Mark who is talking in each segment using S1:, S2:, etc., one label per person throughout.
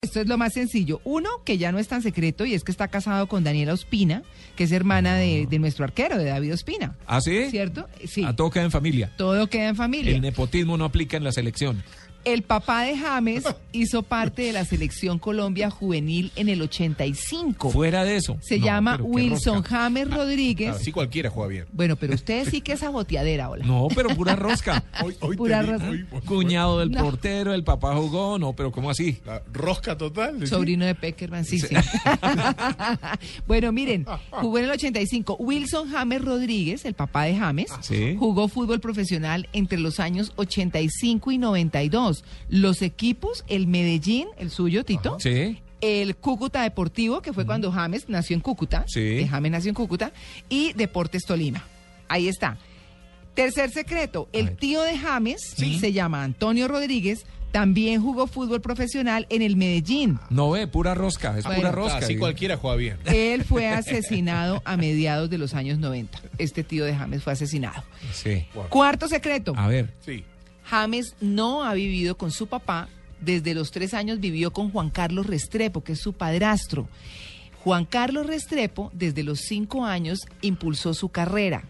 S1: esto es lo más sencillo. Uno, que ya no es tan secreto y es que está casado con Daniela Ospina, que es hermana de, de nuestro arquero, de David Ospina.
S2: ¿Ah, sí?
S1: ¿Cierto? Sí.
S2: Ah. A todo queda en familia.
S1: Todo queda en familia.
S2: El nepotismo no aplica en la selección.
S1: El papá de James hizo parte de la selección Colombia juvenil en el 85.
S2: Fuera de eso.
S1: Se
S2: No,
S1: llama
S2: pero qué
S1: Wilson
S2: rosca. Ah,
S1: James Rodríguez.
S3: Así cualquiera juega bien.
S1: Bueno, pero usted sí que es saboteadera, hola.
S2: No, pero pura rosca.
S3: Hoy, hoy
S1: Pura
S3: teni-
S1: razón.
S3: hoy- hoy-
S2: Pues, Cuñado del
S1: No.
S2: portero, el papá jugó, no, pero ¿cómo así?
S3: la rosca total. ¿sí?
S1: Sobrino de Peckerman, sí, sí. bueno, miren, jugó en el 85. Wilson James Rodríguez, el papá de James,
S2: Sí.
S1: jugó fútbol profesional entre los años 85 y 92. Los equipos, el Medellín, el suyo, Tito.
S2: Sí.
S1: El Cúcuta Deportivo, que fue cuando James nació en Cúcuta.
S2: Sí.
S1: que James nació en Cúcuta. Y Deportes Tolima. Ahí está. Tercer secreto, el
S2: ver.
S1: tío de James se llama Antonio Rodríguez, también jugó fútbol profesional en el Medellín.
S2: No ve, pura rosca, es
S1: Bueno.
S2: pura
S1: Ah,
S2: rosca.
S3: Así
S2: digo.
S3: cualquiera juega bien.
S1: Él fue asesinado a mediados de los años 90. Este tío de James fue asesinado.
S2: Sí.
S1: Cuarto secreto,
S2: A ver.
S3: Sí.
S1: James no ha vivido con su papá. Desde los tres años vivió con Juan Carlos Restrepo, que es su padrastro. Juan Carlos Restrepo, desde los cinco años, impulsó su carrera.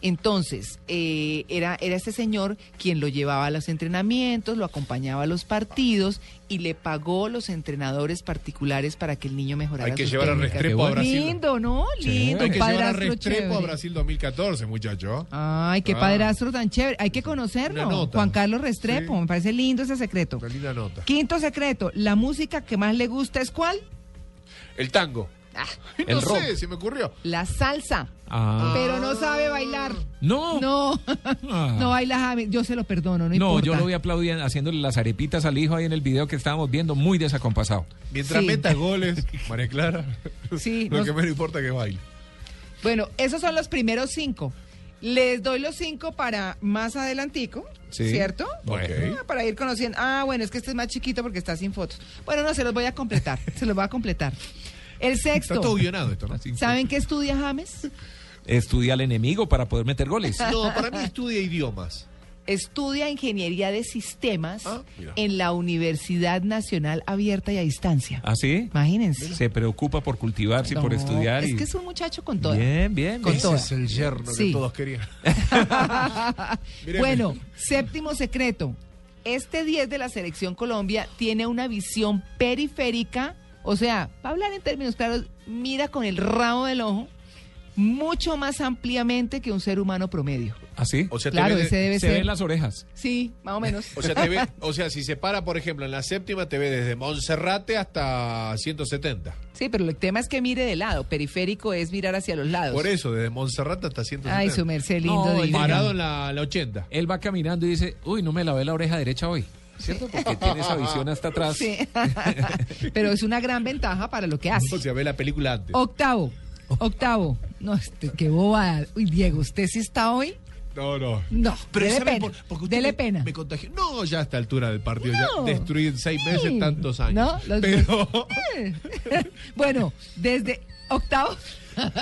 S1: Entonces, eh, era, era este señor quien lo llevaba a los entrenamientos, lo acompañaba a los partidos y le pagó los entrenadores particulares para que el niño mejorara
S3: Hay que
S1: sus
S3: llevar a
S1: técnicas.
S3: Restrepo a Brasil.
S1: Lindo, ¿no?
S2: Chévere.
S1: Lindo.
S3: Hay que llevar a
S1: padrastro
S3: Restrepo a
S1: chévere.
S3: Brasil 2014, muchacho.
S1: Ay, qué
S3: Ah.
S1: padrastro tan chévere. Hay que conocerlo.
S3: Una nota.
S1: Juan Carlos Restrepo.
S3: Sí.
S1: Me parece lindo ese secreto.
S3: Una linda nota.
S1: Quinto secreto. La música que más le gusta es cuál? Ah,
S3: El tango.
S2: El
S3: no
S2: rock.
S3: sé, se me ocurrió.
S1: La salsa.
S2: Ah.
S1: Pero no sabe bailar.
S2: No.
S1: No,
S2: Ah.
S1: no baila James. Yo se lo perdono, no,
S2: No,
S1: importa.
S2: yo lo voy aplaudiendo, haciéndole las arepitas al hijo ahí en el video que estábamos viendo, muy desacompasado.
S3: Mientras
S1: Sí.
S3: metas goles, María Clara,
S1: Sí,
S3: lo
S1: no-
S3: que menos importa que baile.
S1: Bueno, esos son los primeros cinco. Les doy los cinco para más adelantico,
S2: Sí.
S1: ¿cierto?
S3: Bueno.
S1: Ah, para ir conociendo. Ah, bueno, es que este es más chiquito porque está sin fotos. Bueno, no, se los voy a completar. se los voy a completar. El sexto.
S3: Está todo guionado esto, ¿no?
S1: ¿Saben qué estudia James?
S2: Estudia al enemigo para poder meter goles.
S3: No, para mí estudia idiomas.
S1: Estudia ingeniería de sistemas
S3: Ah, mira.
S1: en la Universidad Nacional Abierta y a Distancia.
S2: ¿Así?
S1: Imagínense.
S2: ¿Ah, Se preocupa por cultivarse y por
S1: No,
S2: estudiar.
S1: Es
S2: y-
S1: que es un muchacho con todo.
S2: Bien, bien.
S1: Con
S2: bien.
S3: Ese
S1: toda.
S3: es el yerno
S1: Sí.
S3: que todos querían. Míreme.
S1: Bueno, séptimo secreto. Este 10 de la selección Colombia tiene una visión periférica, o sea, para hablar en términos claros, mira con el rabo del ojo mucho más ampliamente que un ser humano promedio.
S2: ¿Así?
S3: O sea,
S1: Claro,
S3: te ve de-
S1: ese debe
S2: ¿Ah, Se
S1: ser.
S2: ven las orejas.
S1: Sí, más o menos.
S3: o sea, te ve- o sea, si se para, por ejemplo, en la séptima, te ve desde Monserrate hasta 170.
S1: Sí, pero el tema es que mire de lado. Periférico es mirar hacia los lados.
S3: Por eso, desde Monserrate hasta 170.
S1: Ay, su merced lindo.
S2: No,
S1: divino.
S3: Parado en la, la 80.
S2: Él va caminando y dice, uy, no me lavé la oreja derecha hoy. ¿Cierto? Porque tiene esa visión hasta atrás.
S1: Sí. pero es una gran ventaja para lo que hace.
S3: O sea, ve la película antes.
S1: Octavo, octavo. No, este, qué bobada. Uy, Diego, ¿usted sí está hoy?
S3: No, no.
S1: No, dele
S3: ¿saben
S1: pena.
S3: por- porque usted
S1: dele
S3: me-
S1: pena.
S3: Me contagió. No, ya a esta altura del partido.
S1: No.
S3: Ya destruí en seis
S1: Sí.
S3: meses tantos años.
S1: No, los-
S3: Pero.
S1: bueno, desde octavo.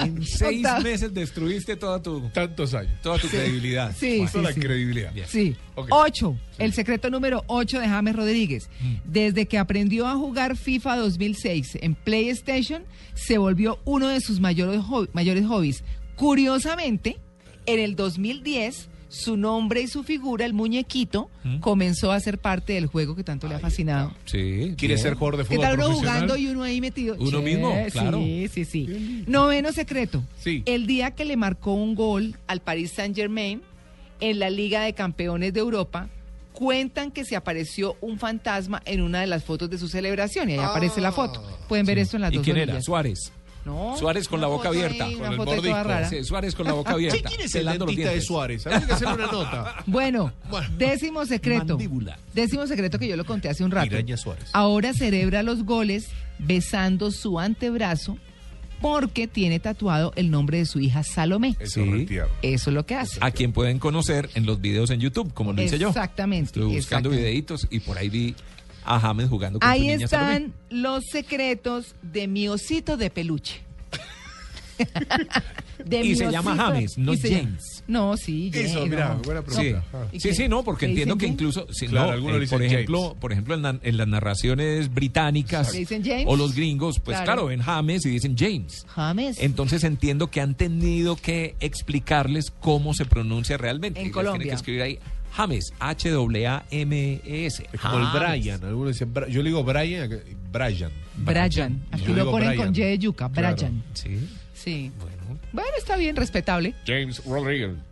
S2: En seis
S1: Octavo.
S2: meses destruiste toda tu,
S3: tantos años.
S2: toda tu credibilidad.
S1: Sí,
S2: Bueno.
S1: sí,
S3: Toda la
S1: sí.
S3: credibilidad.
S1: Sí.
S3: Ok.
S1: Ocho. El secreto número ocho de James Rodríguez. Desde que aprendió a jugar FIFA 2006 en PlayStation, se volvió uno de sus mayores, ho- mayores hobbies. Curiosamente, en el 2010, su nombre y su figura, el muñequito, comenzó a ser parte del juego que tanto le ha fascinado.
S2: Sí.
S3: Quiere
S2: bien.
S3: ser jugador de
S1: ¿Qué
S3: fútbol
S1: tal uno
S3: profesional?
S1: jugando y uno ahí metido?
S2: Uno mismo, claro.
S1: Sí, sí, sí. Noveno secreto.
S3: Sí.
S1: El día que le marcó un gol al Paris Saint-Germain en la Liga de Campeones de Europa, cuentan que se apareció un fantasma en una de las fotos de su celebración y ahí aparece la foto. Pueden ver esto en las
S2: Ah. ¿Y
S1: dos
S2: quién era?
S1: orillas.
S2: Suárez.
S1: No,
S2: Suárez con
S1: una
S2: la boca
S1: foto
S2: abierta.
S1: ahí, una
S3: Con el
S1: foto ahí toda
S3: mordisco.
S1: rara.
S2: Sí, Suárez con la boca abierta.
S3: Che, ¿Quién es el
S2: pelando los
S3: dentista de
S2: dientes.
S3: Suárez? Habría que hacer una nota.
S1: Bueno,
S3: Bueno.
S1: décimo secreto.
S2: Mandíbula.
S1: Décimo secreto que yo lo conté hace un rato.
S3: Piraña Suárez.
S1: Ahora celebra los goles besando su antebrazo porque tiene tatuado el nombre de su hija Salomé.
S3: Eso
S2: Sí.
S3: retierro.
S1: Eso es lo que hace.
S2: A quien pueden conocer en los videos en YouTube, como lo hice yo.
S1: Exactamente,
S2: Estuve buscando
S1: exactamente.
S2: videitos y por ahí vi a James jugando con su
S1: Ahí
S2: niña Salomé.
S1: están los secretos de mi osito de peluche. De
S2: Y se
S1: mi
S2: llama
S1: osito.
S2: James, no
S1: y se-
S2: James.
S1: No, sí, James.
S3: Eso, mira,
S1: no.
S3: buena
S2: Sí,
S3: pregunta. Ah.
S1: ¿Y
S2: sí,
S1: qué?
S2: sí, no, porque
S1: ¿Le
S2: entiendo
S1: dicen
S2: que
S1: James?
S2: incluso, sí,
S3: Claro,
S2: no,
S3: algunos
S2: eh,
S3: le dicen
S2: por ejemplo,
S3: James.
S2: por ejemplo, en, la- en las narraciones británicas
S1: ¿Le dicen James?
S2: o los gringos, pues
S1: Claro.
S2: claro. ven James y dicen James.
S1: James.
S2: Entonces entiendo que han tenido que explicarles cómo se pronuncia realmente.
S1: En
S2: Y les tienen
S1: Colombia.
S2: que escribir ahí James, H W A M E S.
S3: Es como el
S2: James.
S3: Brian. Algunos dicen, Bra- yo le digo Brian, acá- Brian.
S1: Brian. Aquí
S3: Yo
S1: lo
S3: digo
S1: ponen
S3: Brian.
S1: con Y de yuca.
S3: Claro.
S1: Brian.
S2: Sí,
S1: Sí.
S2: bueno.
S1: Bueno, está bien, respetable.
S3: James Rodríguez.